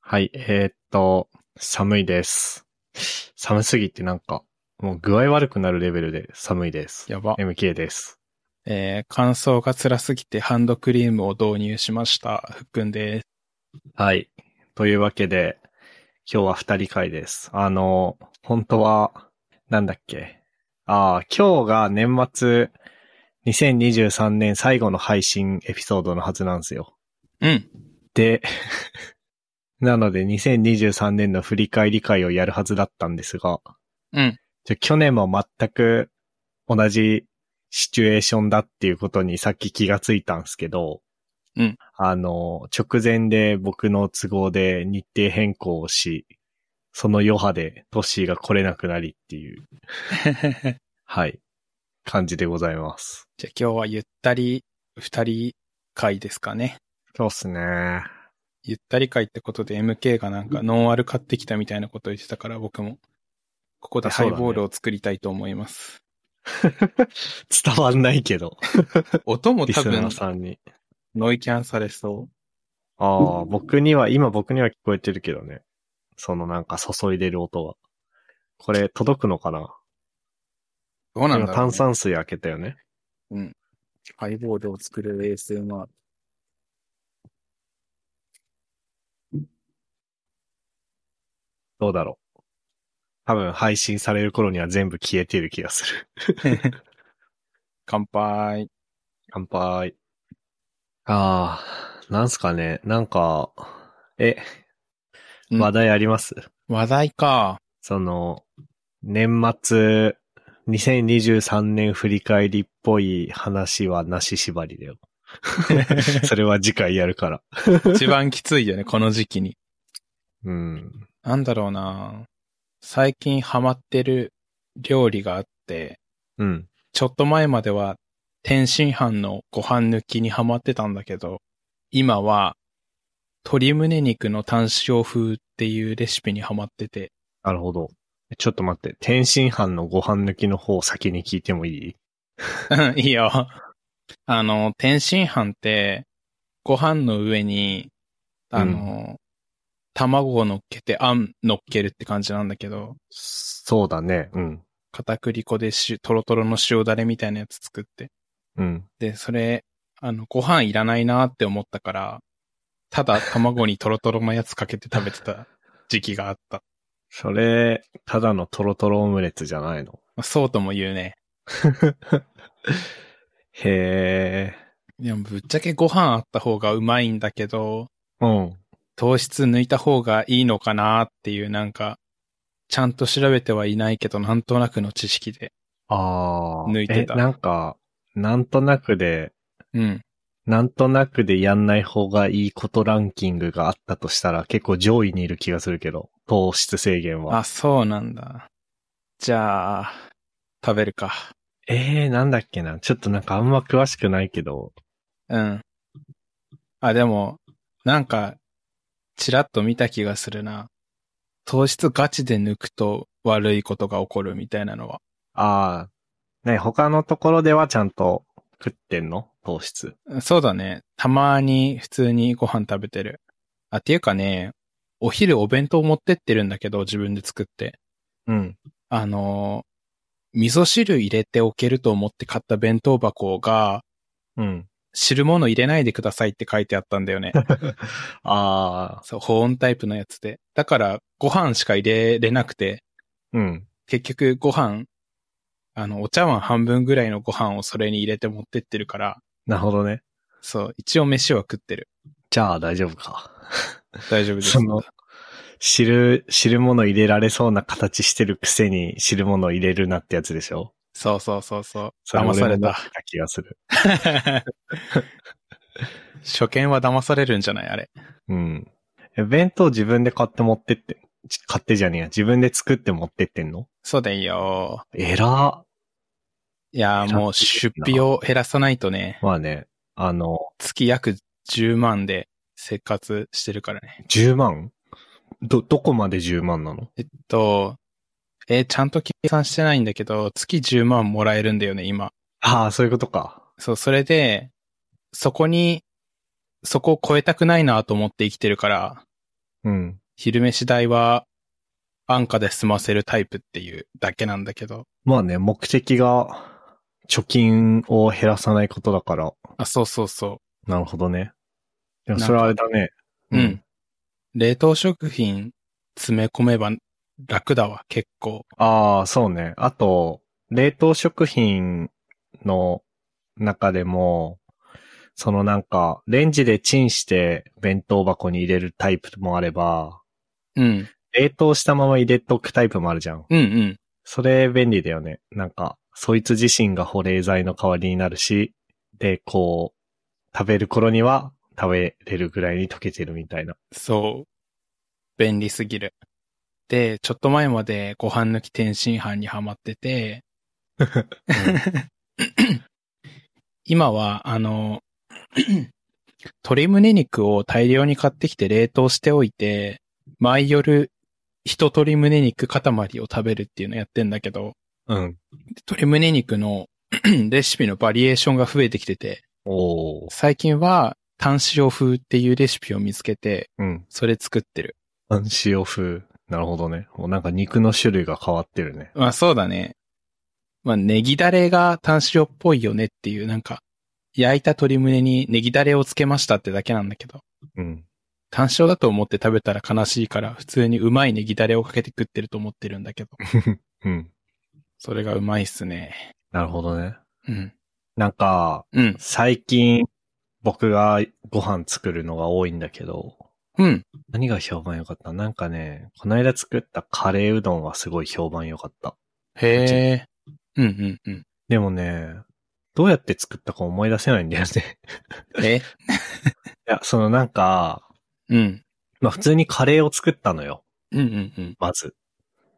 はい、えーっと、寒いです。寒すぎてなんか、もう具合悪くなるレベルで寒いです。やば。 MK です。えー乾燥が辛すぎてハンドクリームを導入しました。ふっくんです。はい。というわけで、今日は二人会です。あの、本当は、なんだっけ。ああ、今日が年末、2023年最後の配信エピソードのはずなんですよ。うん。で、 なので2023年の振り返り会をやるはずだったんですが、うん。じゃあ去年も全く同じシチュエーションだっていうことにさっき気がついたんですけど、うん。あの、直前で僕の都合で日程変更をし、その余波でトッシーが来れなくなりって いう、はい、感じでございます。じゃあ今日はゆったり二人会ですかね。そうっすね。 ゆったり会ってことで MK がなんかノンアル買ってきたみたいなこと言ってたから僕も、ここであそハうだイねボールを作りたいと思います。伝わんないけど、 音もリ多スナ分ーさんに。ノイキャンされそああ、僕には、今僕には聞こえてるけどね。そのなんか注いでる音が。これ届くのかなう。どうなんだろう、今ね、炭酸水開けたよね。ハイボールを作る ASMR。どうだろう。多分配信される頃には全部消えてる気がする。 乾杯。乾杯。ああ、なんすかね。なんか、え、うん話題あります、話題か。その、年末、2023年振り返りっぽい話はなし縛りだよ。それは次回やるから。 一番きついよね、この時期に。うん。なんだろうな最近ハマってる料理があって、うん。ちょっと前までは天津飯のご飯抜きにハマってたんだけど、今は鶏胸肉の炭塩風っていうレシピにハマってて、 なるほど。ちょっと待って。天津飯のご飯抜きの方を先に聞いてもいいうんいいよ。あの、天津飯って、ご飯の上に、あの、卵を乗っけて、あん乗っけるって感じなんだけど、そうだね。うん。片栗粉でし、トロトロの塩だれみたいなやつ作って。うん。で、それ、あの、ご飯いらないなって思ったから、ただ卵にトロトロのやつかけて食べてた時期があった。それ、ただのトロトロオムレツじゃないのまあそうとも言うね。へえ。でもぶっちゃけご飯あった方がうまいんだけど、うん。糖質抜いた方がいいのかなっていうなんか、ちゃんと調べてはいないけど、なんとなくの知識で。ああ。抜いてたえなんか、なんとなくで、うん。なんとなくでやんない方がいいことランキングがあったとしたら結構上位にいる気がするけど、糖質制限はあ、。そうなんだ。じゃあ、食べるか。ええー、なんだっけな。ちょっとなんかあんま詳しくないけど。うん。あ、でも、なんか、ちらっと見た気がするな。糖質ガチで抜くと悪いことが起こるみたいなのは。ああ、ね、他のところではちゃんと食ってんの糖質。うんそうだね。たまに普通にご飯食べてる。あ、っていうかね、お昼お弁当持ってってるんだけど、自分で作って。うん。あのー、味噌汁入れておけると思って買った弁当箱が、うん。汁物入れないでくださいって書いてあったんだよね。ああ、そう、保温タイプのやつで。だから、ご飯しか入れれなくて、うん。結局ご飯、あの、お茶碗半分ぐらいのご飯をそれに入れて持ってってるから、なるほどね。そう、一応飯は食ってる。じゃあ大丈夫か。大丈夫ですそ。の汁、汁物入れられそうな形してるくせに汁物入れるなってやつでしょそうそうそうそう。そ騙され俺もた持。ってた気がする。初見は騙されるんじゃないあれ。うん。え弁当自分で買って持ってって、ち買ってじゃねえや。自分で作って持ってってんのそうだよ。えらいやー、もう出費を減らさないとね、まあね、あの、月約10万で生活してるからね。 10万ど、どこまで10万なのえっと、えーちゃんと計算してないんだけど、月10万もらえるんだよね、今。ああ、そういうことか。そう、それで、そこに、そこを超えたくないなと思って生きてるから、うん。昼飯代は安価で済ませるタイプっていうだけなんだけど。まあね、目的が貯金を減らさないことだから。あ、そうそうそなるほどね。でもそれはあれだね。う。うん。冷凍食品詰め込めば楽だわ、結構。ああ、そうね。あと、冷凍食品の中でも、そのなんか、レンジでチンして弁当箱に入れるタイプもあれば、うん。冷凍したまま入れとくタイプもあるじゃん。うんうん。それ便利だよね。なんか、そいつ自身が保冷剤の代わりになるし、で、こう、食べる頃には食べれるぐらいに溶けてるみたいな。そう。便利すぎる。で、ちょっと前までご飯抜き天津飯にハマってて、今は、あの、鶏胸肉を大量に買ってきて冷凍しておいて、毎夜、一鶏胸肉塊を食べるっていうのやってんだけど、うん。鶏胸肉の レシピのバリエーションが増えてきてて、おー。最近は、炭塩風っていうレシピを見つけて、うん。それ作ってる。半塩風。なるほどね。もうなんか肉の種類が変わってるね。まあそうだね。まあネギダレが炭塩っぽいよねっていう、なんか、焼いた鶏胸にネギダレをつけましたってだけなんだけど、うん。炭塩だと思って食べたら悲しいから、普通にうまいネギダレをかけて食ってると思ってるんだけど、うん。それがうまいっすね。なるほどね。うん。なんか、うん。最近、僕がご飯作るのが多いんだけど、うん。何が評判良かったなんかね、この間作ったカレーうどんはすごい評判良かった。へえ。うんうんうん。でもね、どうやって作ったか思い出せないんだよね。 えいや、そのなんか、うん。まあ普通にカレーを作ったのよ。うんうんうん。まず。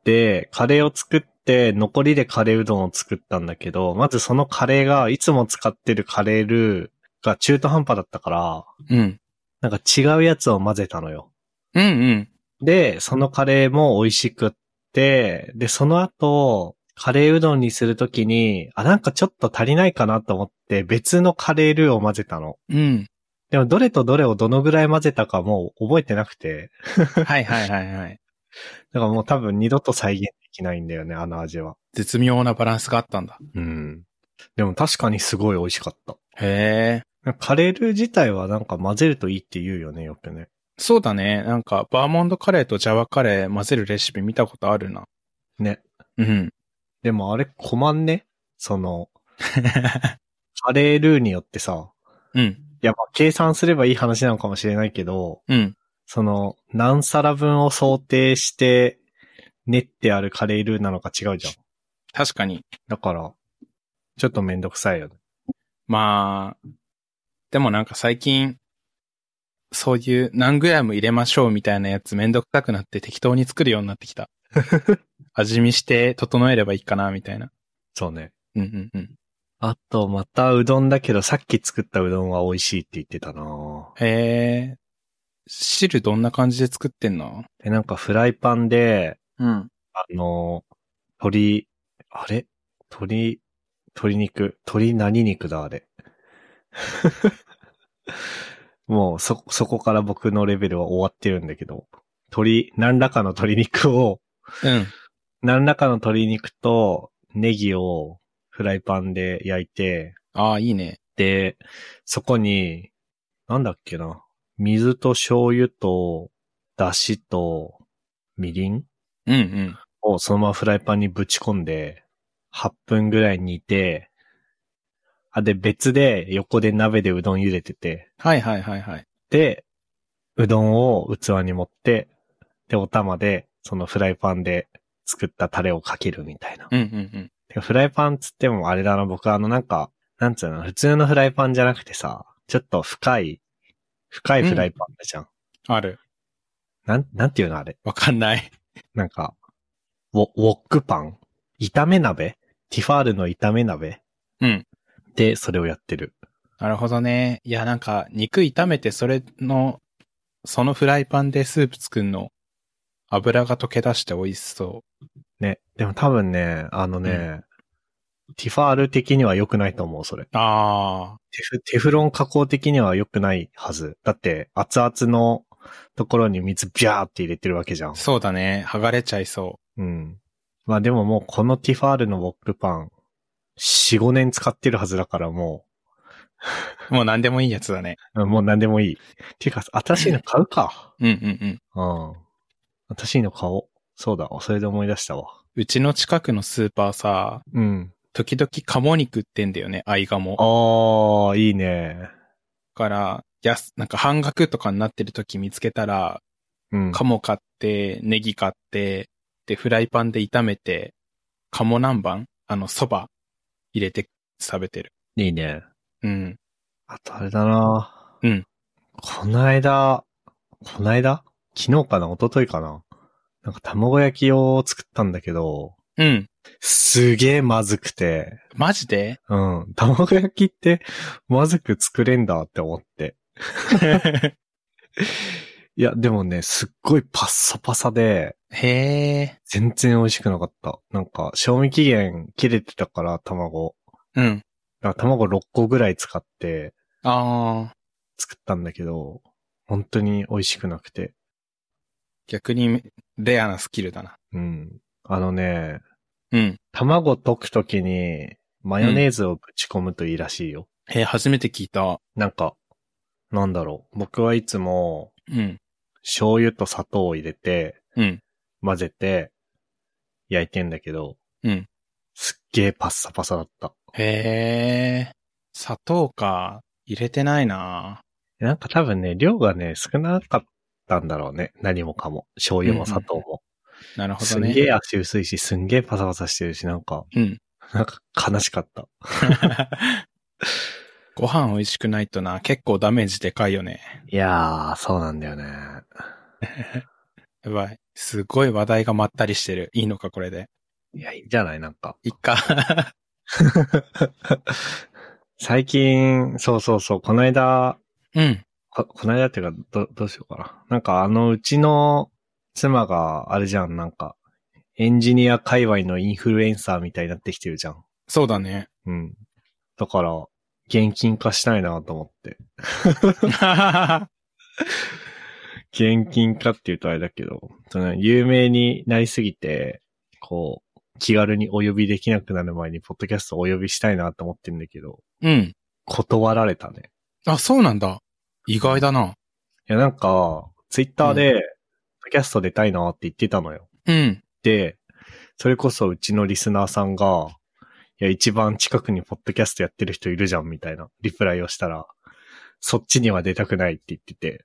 で、カレーを作って、残りでカレーうどんを作ったんだけど、まずそのカレーが、いつも使ってるカレールーが中途半端だったから、うん。なんか違うやつを混ぜたのよ。うんうん。で、そのカレーも美味しくって、で、その後、カレーうどんにするときに、あ、なんかちょっと足りないかなと思って、別のカレールーを混ぜたの。うん。でも、どれとどれをどのぐらい混ぜたかもう覚えてなくて、はいはいはいはい。だからもう多分二度と再現できないんだよね、あの味は。絶妙なバランスがあったんだ。うん。でも確かにすごい美味しかった。へえ。カレールー自体はなんか混ぜるといいって言うよね、よくね。そうだね。なんか、バーモンドカレーとジャワカレー混ぜるレシピ見たことあるな。ね。うん。でもあれ困んねそ の、カレールーによってさ、うん。いやまあ計算すればいい話なのかもしれないけど、うん。その、何皿分を想定して練ってあるカレールーなのか違うじゃん。確かに。だから、ちょっとめんどくさいよね。まあ、でもなんか最近、そういう何グラム入れましょうみたいなやつめんどくさくなって適当に作るようになってき た。味見して整えればいいかな、みたいな。そうね。うんうんうん。あと、またうどんだけど、さっき作ったうどんは美味しいって言ってたなぁ。へえ。汁どんな感じで作ってんので、なんかフライパンで、うん。あの、鶏、あれ鶏、鶏肉鶏何肉だ、あれ。 もう、そ、そこから僕のレベルは終わってるんだけど、鶏、何らかの鶏肉を、うん。何らかの鶏肉とネギをフライパンで焼いて、ああ、いいね。で、そこに、なんだっけな、水と醤油と、だしと、みりんうんうん。をそのままフライパンにぶち込んで、8分ぐらい煮て、あ、で、別で横で鍋でうどん茹でてて、はいはいはいはい。で、うどんを器に持って、で、お玉で、そのフライパンで作ったタレをかけるみたいな。うんうんてかフライパンつってもあれだな、僕あのなんか、なんつうの、普通のフライパンじゃなくてさ、ちょっと深い、深いフライパンじゃん。うん。ある。なん、なんていうのあれ。わかんない。なんか、ウォ、ウォックパン炒め鍋ティファールの炒め鍋うん。で、それをやってる。なるほどね。いや、なんか、肉炒めて、それの、そのフライパンでスープ作んの、油が溶け出して美味しそね。でも多分ね、あのね、ティファール的には良くないと思う、それ。う。ああ、テフテフロン加工的には良くないはず。だって、熱々のところに水ビャーって入れてるわけじゃん。そうだね。剥がれちゃいそうん。まあでももうこのティファールのボックパン、4、5年使ってるはずだからもう。もう何でもいいやつだね。う、うんもう何でもいい。ていうか、新しいの買うか。 うんうんうん。うん。新しいの買おう。そうだ、それで思い出したわ。うちの近くのスーパーさ、うん。時々鴨肉売ってんだよね、合鴨。だああ、いいね。から、安、なんか半額とかになってる時見つけたら、うん。鴨買って、ネギ買って、で、フライパンで炒めて、鴨南蛮あの、蕎麦入れて食べてる。いいね。うん。あとあれだなうん。こないだ、こないだ昨日かな一昨日かななんか卵焼きを作ったんだけど、うん。すげえまずくて、マジでうん。卵焼きって、まずく作れんだって思って。いや、でもね、すっごいパッサパサで、へえ。全然美味しくなかった。なんか、賞味期限切れてたから、卵。うん。だから卵6個ぐらい使ってああ。作ったんだけど、本当に美味しくなくて。逆に、レアなスキルだな。うん。あのね、うん。卵溶くときに、マヨネーズをぶち込むといいらしいよ。へえ、初めて聞いた。なんか、なんだろう。僕はいつも、うん。醤油と砂糖を入れて、うん。混ぜて、焼いてんだけど、うん。すっげえパッサパサだった。へえ。砂糖か。入れてないな。なんか多分ね、量がね、少なかったんだろうね。何もかも。醤油も砂糖も。なるほすどんね。げえ足薄いし、すんげえパサパサしてるし、なんか、うん。なんか悲しかった。ご飯美味しくないとな、結構ダメージでかいよね。いやー、そうなんだよね。やばい。すごい話題がまったりしてる。いいのか、これで。いや、いいんじゃないなんか。いっ か。最近、そうそうそう、この間、うん。こ、この間っていうか、ど、どうしようかな。なんかあの、うちの妻が、あれじゃん、なんか、エンジニア界隈のインフルエンサーみたいになってきてるじゃん。そう だね。うん。だから、現金化したいなと思って。現金化っていうとあれだけど、その、有名になりすぎて、こう、気軽にお呼びできなくなる前に、ポッドキャストお呼びしたいなと思ってんだけど、うん。断られたね。あ、そうなんだ。意外だな。いや、なんか、ツイッターで、ポッドキャスト出たいなって言ってたのよ。うん。で、それこそうちのリスナーさんが、いや、一番近くにポッドキャストやってる人いるじゃん、みたいなリプライをしたら、そっちには出たくないって言ってて、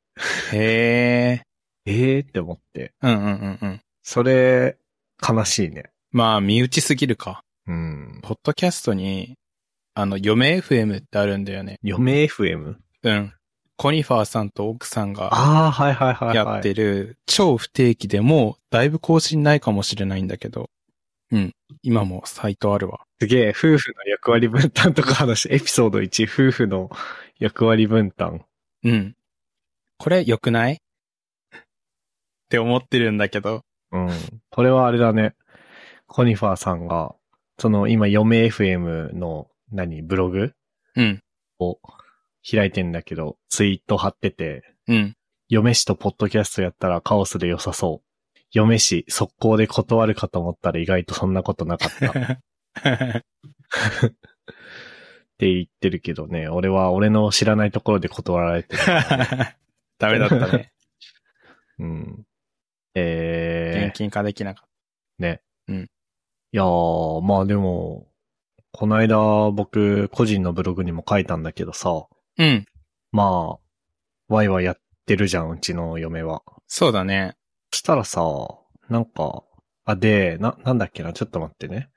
へえ。ええー、って思って。うんうんうんうん。それ、悲しいね。まあ、身内すぎるか。うん。ポッドキャストに、あの、嫁 FM ってあるんだよね。余命 FM? うん。コニファーさんと奥さんがああ、はいはいはい、はい。やってる、超不定期でもう、だいぶ更新ないかもしれないんだけど。うん。今もサイトあるわ。すげえ、夫婦の役割分担とか話して、エピソード1、夫婦の役割分担。うん。これ良くないって思ってるんだけど。うん。これはあれだね。コニファーさんが、その今、余命 FM の、何、ブログうん。を開いてんだけど、ツイート貼ってて、うん。嫁氏とポッドキャストやったらカオスで良さそう。嫁氏、速攻で断るかと思ったら意外とそんなことなかった って言ってるけどね、俺は俺の知らないところで断られてる。ダメだっ たね。うん。現えー、金化できなかっいやー、まあでも、こないだ僕個人のブログにも書いたんだけどさ、た。うん。まあ、ワイワイやってるじゃん、うちの嫁は。そうだね。そしたらさ、なんか、あ、で、な、なんだっけな、ちょっと待ってね。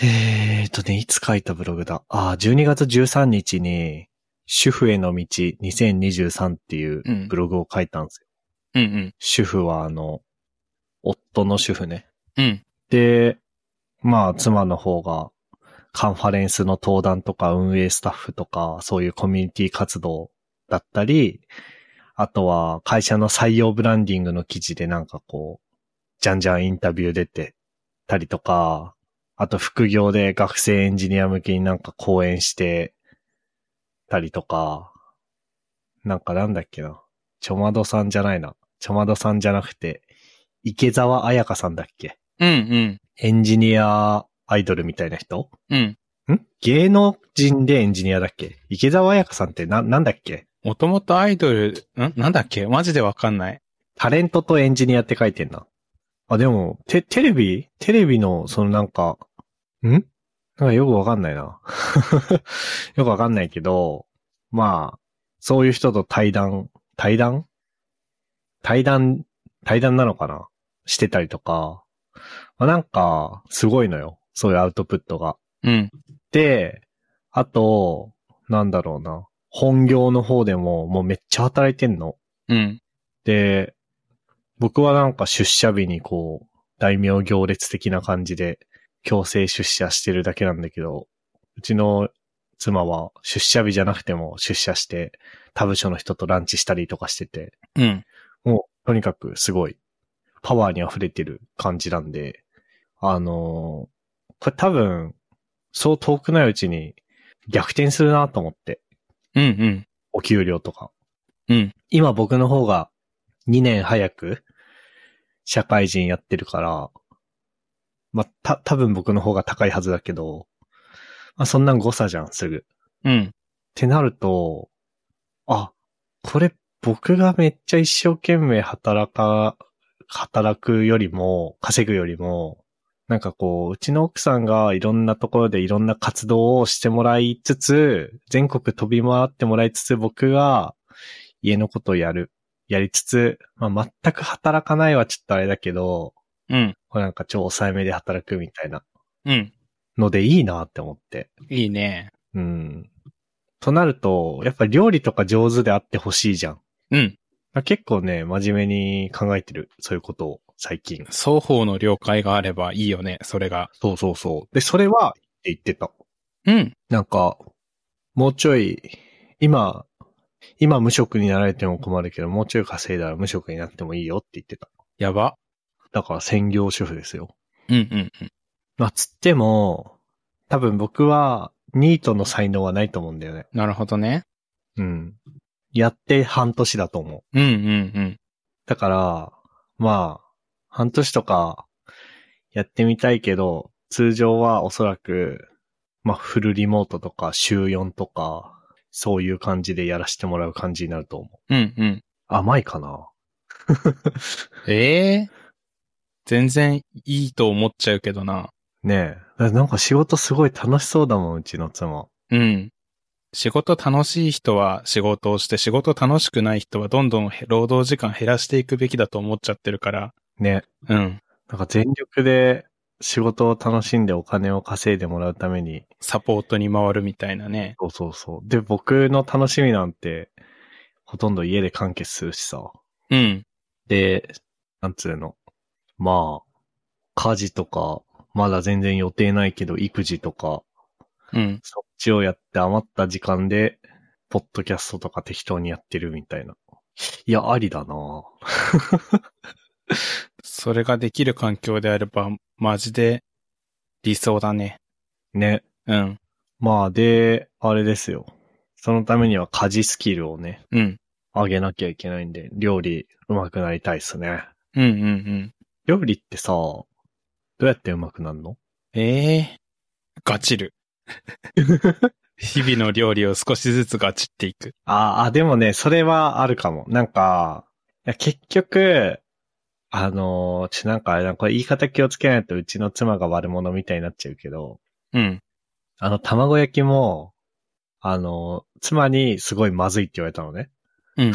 えーとね、いつ書いたブログだ。あ、12月13日に、主婦への道2023っていううんブログを書いたんですよ。うんうん。主婦はあの、夫の主婦ね。うん。で、まあ、妻の方が、カンファレンスの登壇とか運営スタッフとか、そういうコミュニティ活動だったり、あとは会社の採用ブランディングの記事でなんかこう、じゃんじゃんインタビュー出てたりとか、あと副業で学生エンジニア向けになんか講演してたりとか、なんかなんだっけな。ちょまどさんじゃないな。ちょまどさんじゃなくて、池澤彩香さんだっけうんエンジニアアイドルみたいな人うん。うん。ん芸能人でエンジニアだっけ池澤彩香さんってな、なんだっけもともとアイドル、んなんだっけマジでわかんない。タレントとエンジニアって書いてんな。あ、でも、て、テレビテレビの、そのなんか、んなんかよくわかんない な。よくわかんないけど、まあ、そういう人と対談、対談対談、対談なのかなしてたりとか、まあ、なんか、すごいのよ。そういうアウトプットが。うん。で、あと、なんだろうな。本業の方でも、もうめっちゃ働いてんの。うん。で、僕はなんか出社日にこう、大名行列的な感じで強制出社してるだけなんだけど、うちの妻は出社日じゃなくても出社して、他部署の人とランチしたりとかしてて、うん。もうとにかくすごいパワーに溢れてる感じなんで、あのーこれ多分、そう遠くないうちに逆転するなと思って、うんうん。お給料とか。うん。今僕の方が2年早く社会人やってるから、まあ、た、多分僕の方が高いはずだけど、まあ、そんなん誤差じゃん、すぐ。っうん。てなると、あ、これ僕がめっちゃ一生懸命働か、働くよりも、稼ぐよりも、なんかこう、うちの奥さんがいろんなところでいろんな活動をしてもらいつつ、全国飛び回ってもらいつつ僕が家のことをやる。やりつつ、まあ、全く働かないはちょっとあれだけど、うん。これなんか超抑えめで働くみたいなうん。のでいいなって思って。いいね。うん。となると、やっぱ料理とか上手であってほしいじゃん。うん。まあ結構ね、真面目に考えてる。そういうことを、最近。双方の了解があればいいよね、それが。そうそうそう。で、それは、って言ってた。うん。なんか、もうちょい、今、今無職になられても困るけど、もうちょい稼いだら無職になってもいいよって言ってた。やば。だから専業主婦ですよ。うんうんうん。まあ、つっても、多分僕は、ニートの才能はないと思うんだよね。なるほどね。うん。やって半年だと思う。うんうんだから、まあ、半年とか、やってみたいけど、通常はおそらく、まあ、フルリモートとか、週4とか、そういう感じでやらせてもらう感じになると思う。うん。うんうん。甘いかなええ全然いいと思っちゃうけどな。ねえ。だなんか仕事すごい楽しそうだもん、うちの妻。うん。仕事楽しい人は仕事をして、仕事楽しくない人はどんどんへ労働時間減らしていくべきだと思っちゃってるから。ね。うん。なんか全力で仕事を楽しんでお金を稼いでもらうために、サポートに回るみたいなね。そうそうそう。で、僕の楽しみなんて、ほとんど家で完結するしさ。うん。で、なんつうの。まあ、家事とか、まだ全然予定ないけど、育児とか、うん。そっちをやって余った時間で、ポッドキャストとか適当にやってるみたいな。いや、ありだなそれができる環境であれば、マジで理想だね。ね。うん。まあ、で、あれですよ。そのためには家事スキルをね、うん。上げなきゃいけないんで、料理上手くなりたいっすね。うんうんうん。料理ってさ、どうやって上手くなるのええガチ る。日々の料理を少しずつガチっていく。あーあ、でもね、それはあるかも。なんか、いや結局、あのーちょ、なんかあれだ、これ言い方気をつけないとうちの妻が悪者みたいになっちゃうけど、うん。あの、卵焼きも、あのー妻にすごいまずいって言われたのね。うん。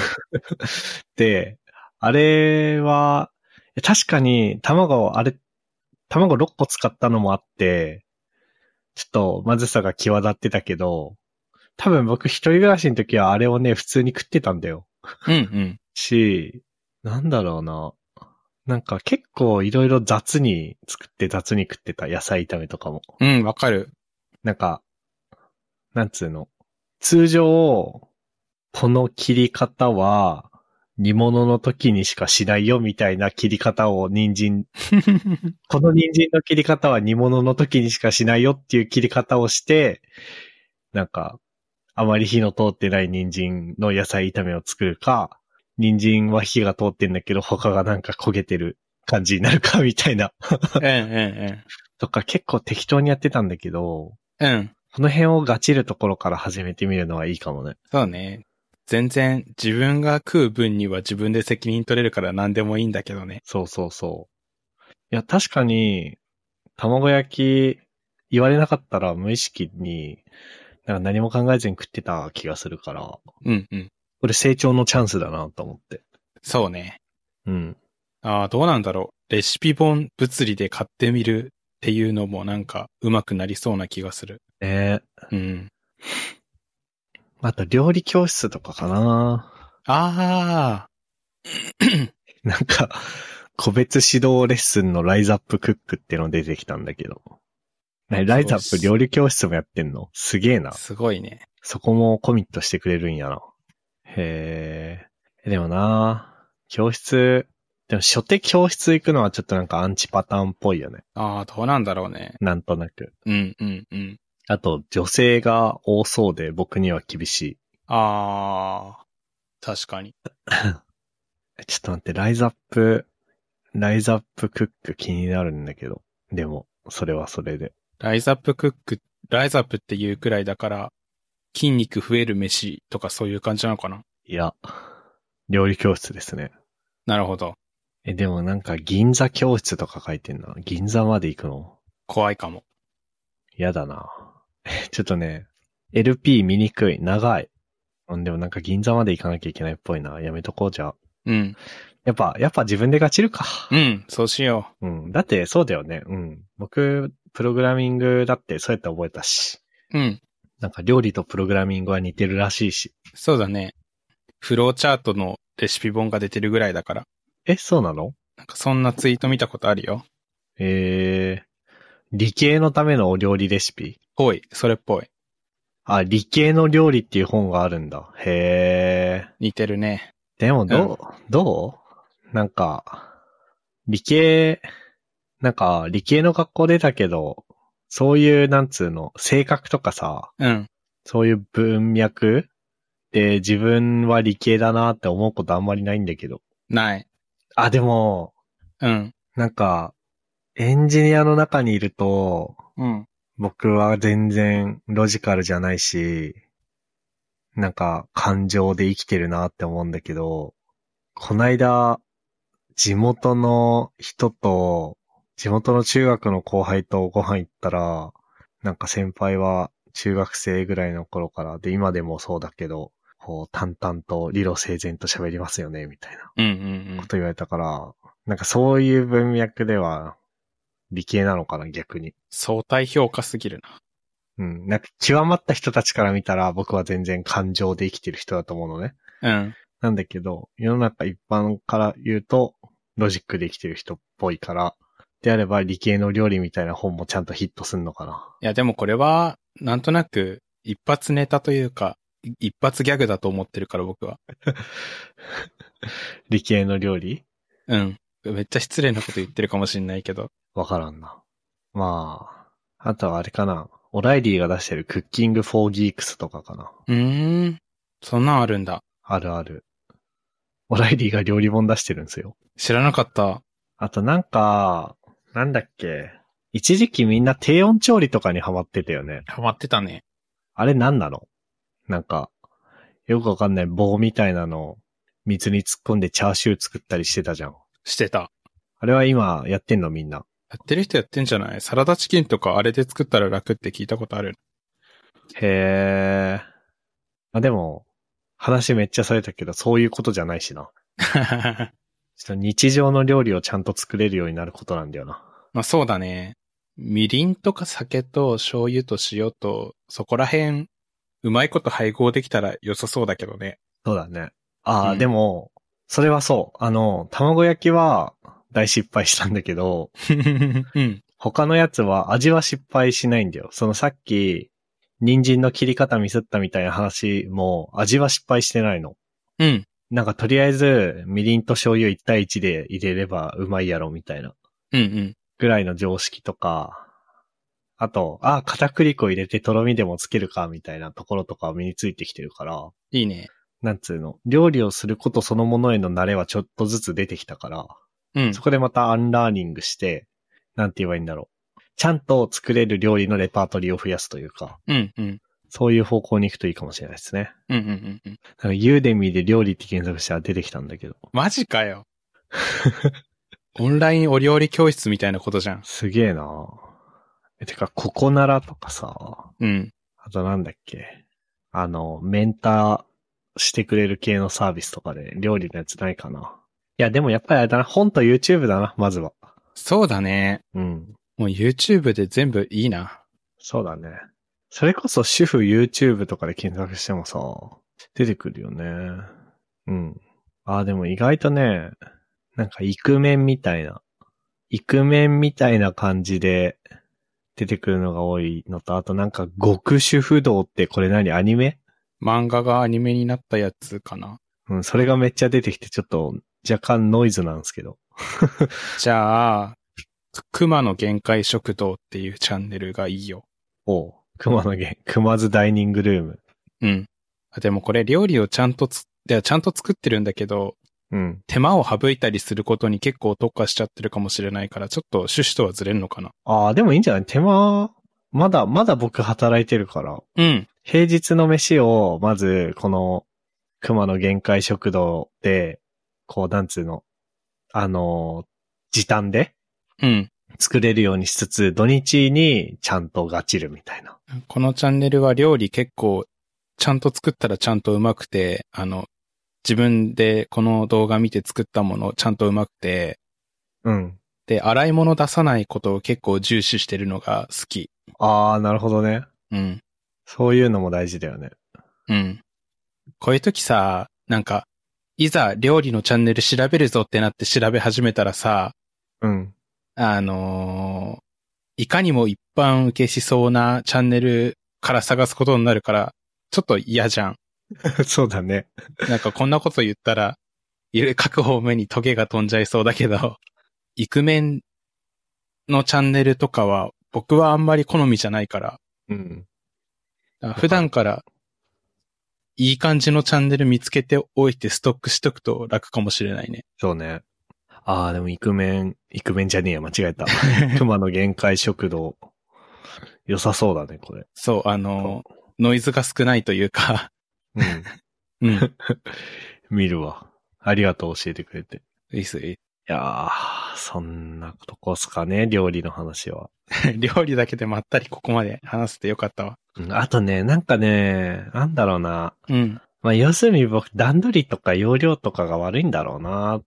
で、あれは、いや確かに卵を、あれ、卵6個使ったのもあって、ちょっとまずさが際立ってたけど、多分僕一人暮らしの時はあれをね、普通に食ってたんだよ。うんうん。し、なんだろうな。なんか結構いろいろ雑に作って雑に食ってた野菜炒めとかも。うん、わか る。なんか、なんつうの。通常、この切り方は煮物の時にしかしないよみたいな切り方を人参、この人参の切り方は煮物の時にしかしないよっていう切り方をして、なんか、あまり火の通ってない人参の野菜炒めを作るか、人参は火が通ってんだけど、他がなんか焦げてる感じになるか、みたいな。 うんうんとか結構適当にやってたんだけど、うん。うん。この辺をガチるところから始めてみるのはいいかもね。そうね。全然自分が食う分には自分で責任取れるから何でもいいんだけどね。そうそうそう。いや、確かに、卵焼き、言われなかったら無意識に、なんか何も考えずに食ってた気がするから、うんうん。これ成長のチャンスだなと思って。そうね。うん。ああ、どうなんだろう。レシピ本物理で買ってみるっていうのもなんか上手くなりそうな気がする。ええうん。あと料理教室とかかなああ、なんか、個別指導レッスンのライズアップクックっての出てきたんだけど。ねライズアップ料理教室もやってんのすげえな。すごいね。そこもコミットしてくれるんやな。へえ。でもな教室、でも初手教室行くのはちょっとなんかアンチパターンっぽいよね。ああ、どうなんだろうね。なんとなく。うんうんうん。あと、女性が多そうで僕には厳しい。ああ、確かに。ちょっと待って、ライズアップ、ライズアップクック気になるんだけど。でも、それはそれで。ライズアップクック、ライズアップっていうくらいだから、筋肉増える飯とかそういう感じなのかないや、料理教室ですね。なるほど。え、でもなんか銀座教室とか書いてんな。銀座まで行くの怖いかも。嫌だな。 えちょっとね、LP 見にくい。長い。うんでもなんか銀座まで行かなきゃいけないっぽいな。やめとこうじゃあ。うん。やっぱ、やっぱ自分でガチるか。うん、そうしようん。だってそうだよね。うん。僕、プログラミングだってそうやって覚えたし。う。うん。なんか料理とプログラミングは似てるらしいし。そうだね。フローチャートのレシピ本が出てるぐらいだから。え、そうなのなんかそんなツイート見たことあるよ。えー、理系のためのお料理レシピぽい、それっぽい。あ、理系の料理っていう本があるんだ。へ似てるね。ー。でもどう、どうなんか、理系、なんか理系の学校出たけど、そういうなんつうの、性格とかさ、うん。そういう文脈で自分は理系だなって思うことあんまりないんだけど。ない。あ、でも、うん。なんか、エンジニアの中にいると、うん。僕は全然ロジカルじゃないし、なんか感情で生きてるなって思うんだけど、こないだ、地元の人と、地元の中学の後輩とご飯行ったら、なんか先輩は中学生ぐらいの頃から、で今でもそうだけど、こう淡々と理路整然と喋りますよね、みたいな。うんうんうこん。と言われたから、なんかそういう文脈では理系なのかな、逆に。相対評価すぎるうな。ん。なんか極まった人たちから見たら僕は全然感情で生きてる人だと思うのね。うん。なんだけど、世の中一般から言うと、ロジックで生きてる人っぽいから、であれば理系の料理みたいな本もちゃんとヒットすんのかな。いや、でもこれは、なんとなく、一発ネタというか、い一発ギャグだと思ってるから、僕は。理系の料理うん。めっちゃ失礼なこと言ってるかもしんないけど。わからんな。まあ、あとはあれかな。オライリーが出してるクッキングフォーギークスとかかな。うーん。そんなんあるんだ。あるある。オライリーが料理本出してるんですよ。知らなかった。あとなんか、なんだっけ。一時期みんな低温調理とかにハマってたよね。ハマってたね。あれ何なのなんか、よくわかんない棒みたいなのを水に突っ込んでチャーシュー作ったりしてたじゃん。してた。あれは今やってんのみんな。やってる人やってんじゃないサラダチキンとかあれで作ったら楽って聞いたことある。へー。あ、でも、話めっちゃされたけど、そういうことじゃないしな。ちょっと日常の料理をちゃんと作れるようになることなんだよな。 まあそうだね。みりんとか酒と醤油と塩と、そこら辺、うまいこと配合できたら良さそうだけどね。 そうだね。ああ、うんでも、それはそう。あの、卵焼きは大失敗したんだけど、うん。他のやつは味は失敗しないんだよ。そのさっき、人参の切り方ミスったみたいな話も、味は失敗してないの。うん。なんかとりあえず、みりんと醤油1対1で入れればうまいやろみたいな。うんうん。ぐらいの常識とか、あと、ああ、片栗粉入れてとろみでもつけるかみたいなところとか身についてきてるから、いいね。なんつうの、料理をすることそのものへの慣れはちょっとずつ出てきたから、うんそ。こでまたアンラーニングして、なんて言えばいいんだろう。ちゃんと作れる料理のレパートリーを増やすというか、うん。うん。そういう方向に行くといいかもしれないですね。うん。うんうん。うん。なんかユーデミーで料理って検索したら出てきたんだけど。マジかよ。 オンラインお料理教室みたいなことじゃん。すげえなえ、てか、ココナラとかさ、うん。あとなんだっけ。あの、メンターしてくれる系のサービスとかで料理のやつないかな。いや、でもやっぱりあれだな。本と YouTube だな、まずは。そうだね。うん。もう YouTube で全部いいな。そうだね。それこそ主婦 YouTube とかで検索してもさ、出てくるよね。うん。ああ、でも意外とね、なんか、イクメンみたいな、イクメンみたいな感じで出てくるのが多いのと、あとなんか、極主不動ってこれ何アニメ漫画がアニメになったやつかな。うん、それがめっちゃ出てきて、ちょっと若干ノイズなんですけど。じゃあ、く熊の限界食堂っていうチャンネルがいいよ。おう、熊のげ、熊津ダイニングルーム。うん。あでもこれ料理をちゃんとつ、いやちゃんと作ってるんだけど、うん。手間を省いたりすることに結構特化しちゃってるかもしれないから、ちょっと趣旨とはずれんのかな。ああ、でもいいんじゃない手間、まだ、まだ僕働いてるから、うん。平日の飯を、まず、この、熊の限界食堂で、こう、なんつうの、あのー時短でうん。作れるようにしつつ、土日にちゃんとガチるみたいな。このチャンネルは料理結構、ちゃんと作ったらちゃんとうまくて、あの、自分でこの動画見て作ったものちゃんとうまくて、うん。で、洗い物出さないことを結構重視してるのが好き。ああ、なるほどね。うん。そういうのも大事だよね。うん。こういう時さ、なんか、いざ料理のチャンネル調べるぞってなって調べ始めたらさ、うん。 あのーいかにも一般受けしそうなチャンネルから探すことになるから、ちょっと嫌じゃん。そうだね。なんかこんなこと言ったら、いろいろ各方面にトゲが飛んじゃいそうだけど、イクメンのチャンネルとかは、僕はあんまり好みじゃないから、うん。だから普段から、いい感じのチャンネル見つけておいてストックしとくと楽かもしれない ね。そうね。ああ、でも、イクメン、イクメンじゃねえや、間違えた。熊の限界食堂。良さそうだね、これ。そう、あの、ノイズが少ないというか、うん。 うん。見るわ。ありがとう、教えてくれて。いいっすいいっいやー、そんなとこっすかね、料理の話は。す料理だけでまったりここまで話せてよかったわ。うんあとね、なんかね、なんだろうな。うん。まあ、要するに僕、段取りとか容量とかが悪いんだろうな、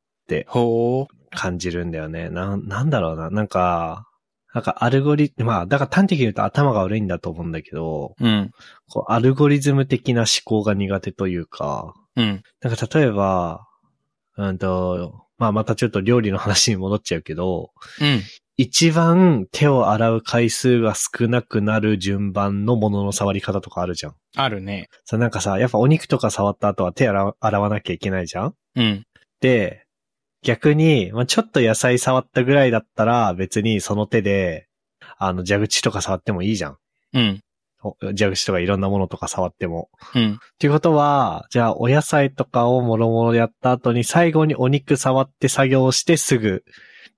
ほ感じるんだよね。なん、なんだろうな。なんか、なんかアルゴリ、まあ、だから端的に言うと頭が悪いんだと思うんだけど、う。うん。こう、アルゴリズム的な思考が苦手というか、うん。なんか例えば、うんと、まあ、またちょっと料理の話に戻っちゃうけど、うん。一番手を洗う回数が少なくなる順番のものの触り方とかあるじゃん。あるね。さ、なんかさ、やっぱお肉とか触った後は手洗わ洗わなきゃいけないじゃんうん。で、逆に、まあ、ちょっと野菜触ったぐらいだったら別にその手で、あの、蛇口とか触ってもいいじゃん。うん。お蛇口とかいろんなものとか触っても。うん。っていうことは、じゃあお野菜とかをもろもろやった後に最後にお肉触って作業してすぐ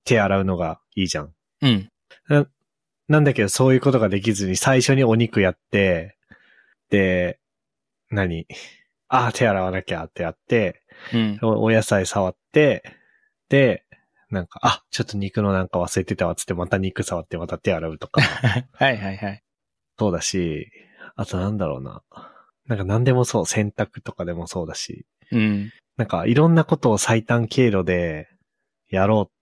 手洗うのがいいじゃん。うん。なんだけど、そういうことができずに、最初にお肉やって、で、何ああ、手洗わなきゃってやって、うん。おお野菜触って、で、なんか、あ、ちょっと肉のなんか忘れてたわ、つって、また肉触って、また手洗うと か、はいはいはい。そうだし、あとなんだろうな。なんか何でもそう、洗濯とかでもそうだし、うん。なんかいろんなことを最短経路でやろうっ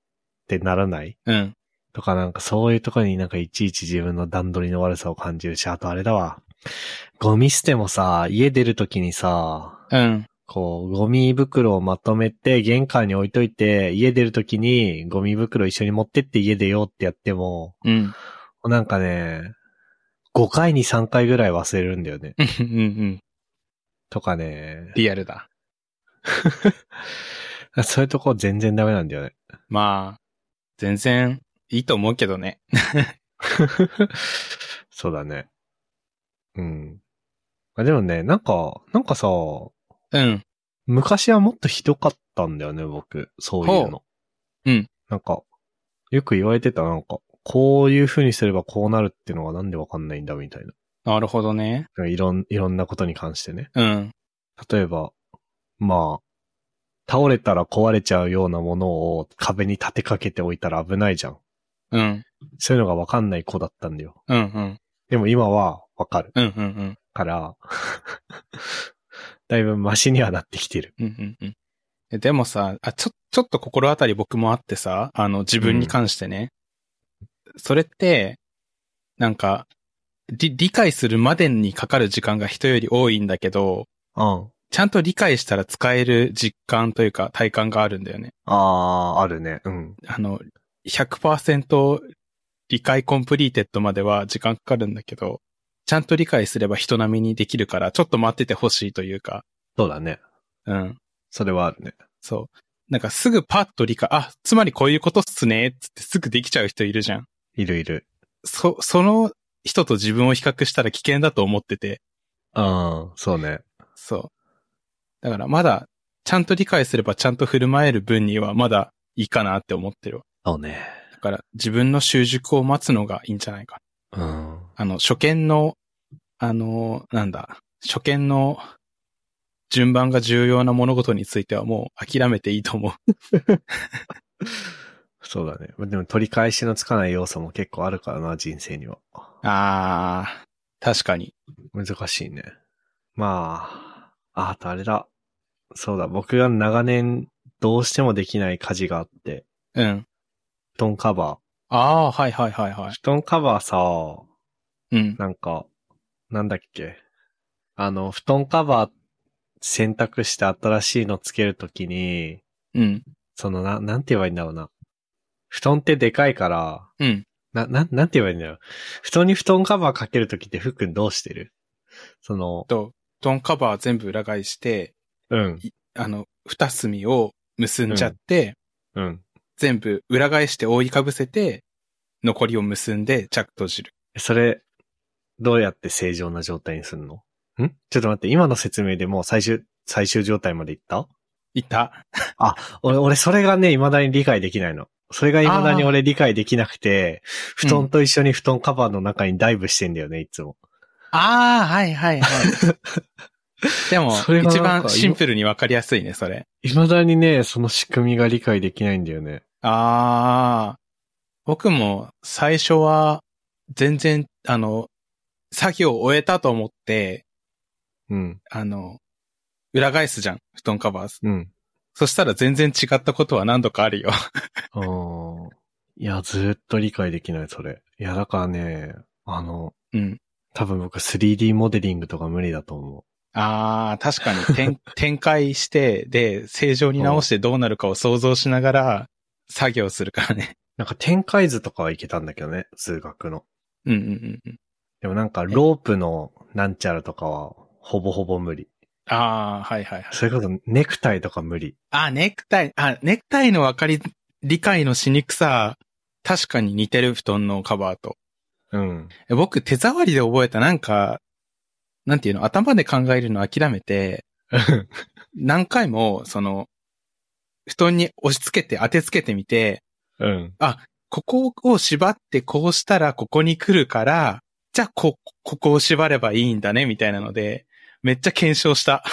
てならないうん。とかなんかそういうとこになんかいちいち自分の段取りの悪さを感じるし、あとあれだわ。ゴミ捨てもさ、家出るときにさ、うん。こう、ゴミ袋をまとめて玄関に置いといて、家出るときにゴミ袋一緒に持ってって家出ようってやっても、うん。なんかね、5回に3回ぐらい忘れるんだよね。うん。うん。とかね。リアルだ。そういうとこ全然ダメなんだよね。 まあ、全然いいと思うけどね。そうだね。うん。あでもね、なんか、なんかさ、うん。昔はもっとひどかったんだよね、僕。そういうの。ううん。なんか、よく言われてた、なんか、こういう風にすればこうなるってのがなんでわかんないんだ、みたいなるほどね。な。いろん、いろんなことに関してね。うん。例えば、まあ、倒れたら壊れちゃうようなものを壁に立てかけておいたら危ないじゃん。うん。そういうのがわかんない子だったんだよ。うん。うん。でも今はわかる。うん。うん。うん。から、 だいぶマシにはなってきてる。うんうんうんえでもさ、あ、ちょ、ちょっと心当たり僕もあってさ、あの、自分に関してね。それって、なんか、り理解するまでにかかる時間が人より多いんだけど、うん。ちゃんと理解したら使える実感というか体感があるんだよね。あー、あるね。うん。あの、100%理解コンプリーテッドまでは時間かかるんだけど、ちゃんと理解すれば人並みにできるから、ちょっと待っててほしいというか、そうだね。うん。それはあるね。そう。なんかすぐパッと理解、あ、つまりこういうことっすね、つってすぐできちゃう人いるじゃん。いるいる。そ、その人と自分を比較したら危険だと思ってて、うん、そうね。そう。だからまだ、ちゃんと理解すればちゃんと振る舞える分にはまだいいかなって思ってるわ。そうね。だから自分の習熟を待つのがいいんじゃないかな。うん。あの、初見の、あの、なんだ、初見の順番が重要な物事についてはもう諦めていいと思う。そうだね。でも取り返しのつかない要素も結構あるからな、人生には。あー、確かに。難しいね。まあ、ああとあれだ。そうだ、僕が長年どうしてもできない家事があって、うん。布団カバああ、はいはいはいはー。い。布団カバーさ、うん。なんか、なんだっけ。あの、布団カバー選択して新しいのつけるときに、うん。そのな、なんて言えばいいんだろうな。布団ってでかいから、うん。な、なん、なんて言えばいいんだろう。布団に布団カバーかけるときってふっくんどうしてるその、と、布団カバー全部裏返して、うん、あの、二隅を結んじゃって、うん。全部裏返して覆いかぶせて、残りを結んで、チャック閉じる。それ、どうやって正常な状態にするのんちょっと待って、今の説明でもう最終、最終状態までいったいた。俺、俺、それがね、未だに理解できないの。それが未だに俺理解できなくて、ー布団と一緒に布団カバーの中にダイブしてんだよね、いつも。ああ、はいはいはい。 でもそれ、がなん一か番シンプルにわかりやすいね、それ。未だにね、その仕組みが理解できないんだよね。ああ、僕も最初は、全然、あの、作業を終えたと思って、うん、あの、裏返すじゃん、布団カバー。うん。そしたら全然違ったことは何度かあるよ。あーいや、ずーっと理解できない、それ。いや、だからね、あの、 うん。多分僕 3D モデリングとか無理だと思ああ、確かに 展展開して、で、正常に直してどうなるかを想像しながら作業するからね。う。なんか展開図とかはいけたんだけどね、数学の。 うんうんうんうん。でもなんかロープのなんちゃらとかは、ほぼほぼ無理。ああ、はいはいはい。それこそネクタイとか無理。あ、ネクタイ、あ、ネクタイの分かり、理解のしにくさ、確かに似てる布団のカバーと。うん。 え僕、手触りで覚えた、なんか、なんていうの、頭で考えるの諦めて、何回も、その、布団に押し付けて、当てつけてみて、うん。ここを縛ってこうしたらここに来るから、じゃあこ、ここを縛ればいいんだね、みたいなので、めっちゃ検 証した。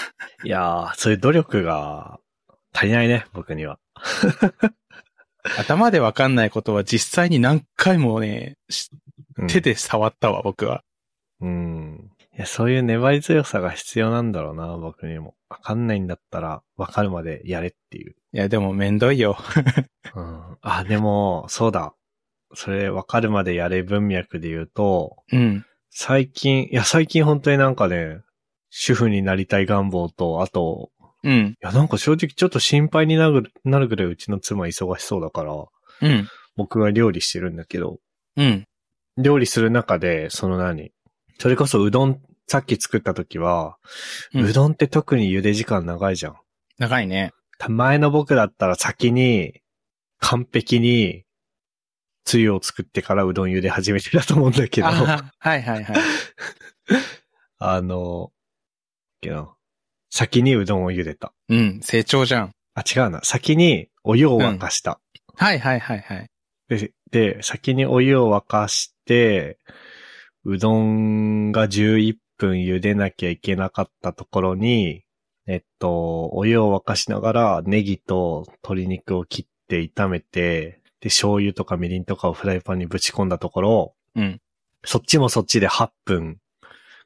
いやー、そういう努力が足りないね、僕には。頭でわかんないことは実際に何回もね、しうん手。で触ったわ、僕は。うん。いや、そういう粘り強さが必要なんだろうな、僕にも。わかんないんだったら、わかるまでやれっていう。いや、でもめんどいよ。うん。あ、でも、そうだ。それ、わかるまでやれ文脈で言うと、うん。最近、いや、最近本当になんかね、主婦になりたい願望と、あと、うん。いや、なんか正直ちょっと心配になるなるぐらいうちの妻忙しそうだから、うん。僕が料理してるんだけど、うん。料理する中で、その何それこそうどん、さっき作った時は、ううんどんって特に茹で時間長いじゃん。長いね。た前の僕だったら先に、完璧に、つゆを作ってからうどん茹で始めてたと思うんだけど、ああーはいはいはい。の、けど、先にうどんを茹でた。うん、成長じゃん。あ、違うな。先にお湯を沸かした。はいはいはいはい。で、で、先にお湯を沸かして、うどんが11分茹でなきゃいけなかったところに、えっと、お湯を沸かしながらネギと鶏肉を切って炒めて、で、醤油とかみりんとかをフライパンにぶち込んだところ、うん。そっちもそっちで8分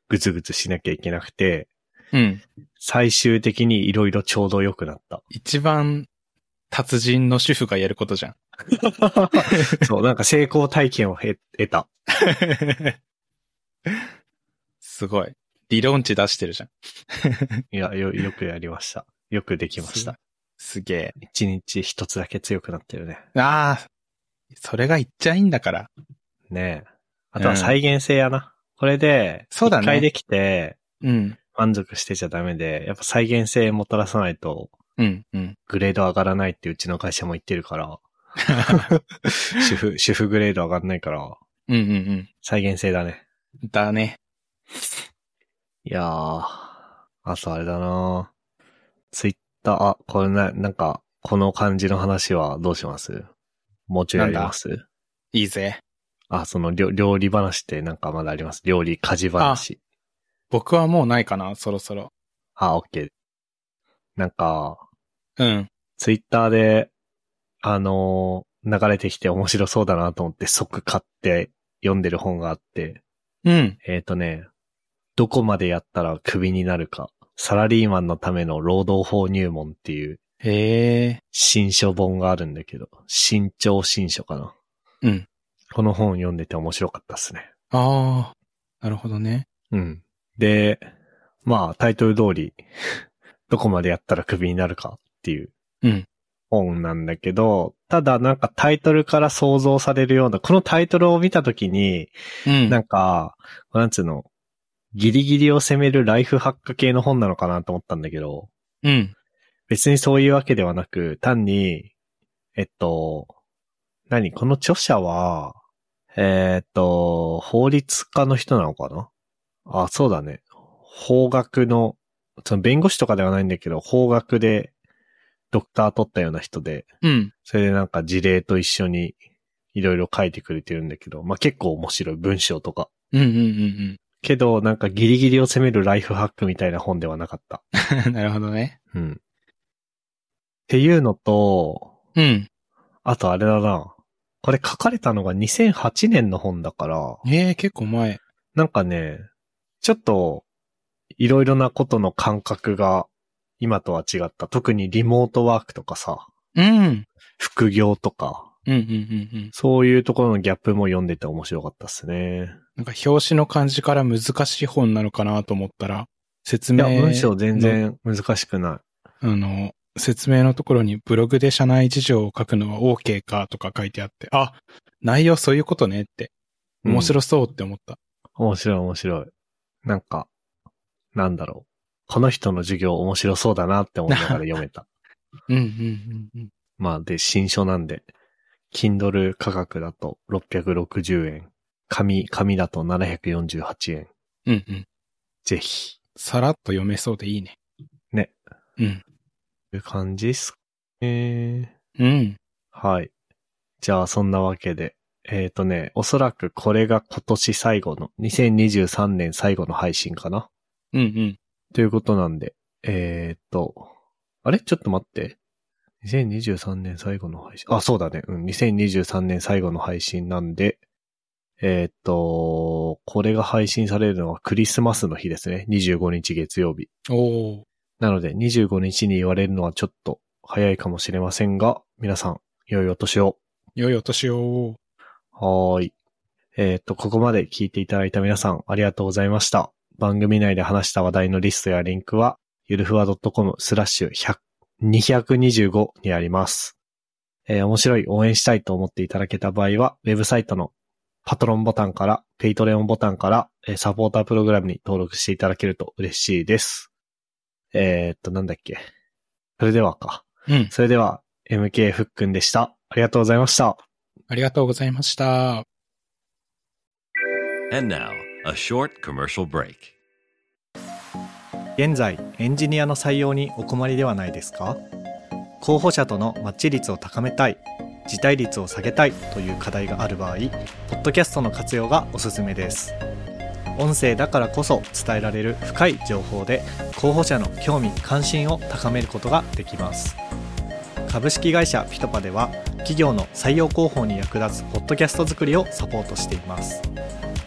ぐつぐつしなきゃいけなくて、うん。最終的にいろいろちょうど良くなった。一番達人の主婦がやることじゃん。そう、なんか成功体験をへ得た。 すごい。理論値出してるじゃん。いや、よ、よくやりました。よくできました。すすげ一日一つだけ強くなってるね。え。ああ、それがいっちゃいいんだから。ねえ。あとは再現性やな。これで、そうだね一回できてうん。満足してちゃダメで、やっぱ再現性もたらさないと、うん、うん。グレード上がらないってうちの会社も言ってる から、主婦、主婦グレード上がんないから、うん、うん、再現性だね。うん。だね。いやー、あとあれだなツイッター、あ、これな、なんか、この感じの話はどうしますもうちょいやりますいいぜ。あ、その料料理話ってなんかまだあります。料理、家事話。僕はもうないかな、そろそろ。あ、オッケー。なんか、うん。ツイッターで、あのー流れてきて面白そうだなと思って即買って読んでる本があって、うん。えっ、ー、とね、どこまでやったらクビになるか、サラリーマンのための労働法入門っていうへえ。新書本があるんだけど、新潮新書かな。うん。この本読んでて面白かったっすね。ああ、なるほどね。うん。で、まあ、タイトル通り、 どこまでやったらクビになるかっていううん本なんだけど、ただなんかタイトルから想像されるような、このタイトルを見たときに、うん。なんか、なんつうの、ギリギリを攻めるライフハック系の本なのかなと思ったんだけど、うん。別にそういうわけではなく、単に、えっと、何この著者は、えーっと、法律家の人なのかなあ、そうだね。法学の、その弁護士とかではないんだけど、法学でドクター取ったような人で、うん。それでなんか事例と一緒にいろいろ書いてくれてるんだけど、まあ、結構面白い文章とか。うん。うん。うん。けど、なんかギリギリを攻めるライフハックみたいな本ではなかった。うん。 なるほどね。うん。っていうのと、うん。あとあれだな。これ書かれたのが2008年の本だから、ええ、結構前。なんかね、ちょっと、いろいろなことの感覚が今とは違った。特にリモートワークとかさ、うん。副業とか、うん。うん。うん。うん。そういうところのギャップも読んでて面白かったっすね。なんか表紙の感じから難しい本なのかなと思ったら、説い明や、、文章全然難しくなあの、説明のところにブログで社内事情を書くのは OK かとか書いてあって、あ、内容そういうことねって、い。うん面白そうって思った。面白い面白い。なんか、なんだろう。この人の授業面白そうだなって思いながら読めた。うん、うん、うん、うん。まあ、で、新書なんで、Kindle 価格だと660円。紙、紙だと748円。うん、うん。ぜひ。さらっと読めそうでいいね。ね。うん。という感じっすね。うん。はい。じゃあ、そんなわけで。えっ、とね、おそらくこれが今年最後の、2023年最後の配信かな。うん、うん。ということなんで、えー、っと、あれちょっと待って。2023年最後の配信。あ、そうだね。うん。2023年最後の配信なんで、えー、っと、これが配信されるのはクリスマスの日ですね。25日月曜日。おー。なので、25日に言われるのはちょっと早いかもしれませんが、皆さん、良いお年を。良いお年を。はーい。えーっ、と、ここまで聞いていただいた皆さん、ありがとうございました。番組内で話した話題のリストやリンクは、ゆるふわ .com スラッシュ100 225にあります。えー面白い、応援したいと思っていただけた場合は、ウェブサイトのパトロンボタンから、ペイトレオンボタンから、えーサポータープログラムに登録していただけると嬉しいです。えーっと、なんだっけ。それではか。うん。それでは、MK ふっくんでした。ありがとうございました。ありがとうございました。 And now, a short commercial break. 現在エンジニアの採用にお困りではないですか候補者とのマッチ率を高めたい辞退率を下げたいという課題がある場合ポッドキャストの活用がおすすめです音声だからこそ伝えられる深い情報で候補者の興味関心を高めることができます株式会社ピトパでは企業の採用広報に役立つポッドキャスト作りをサポートしています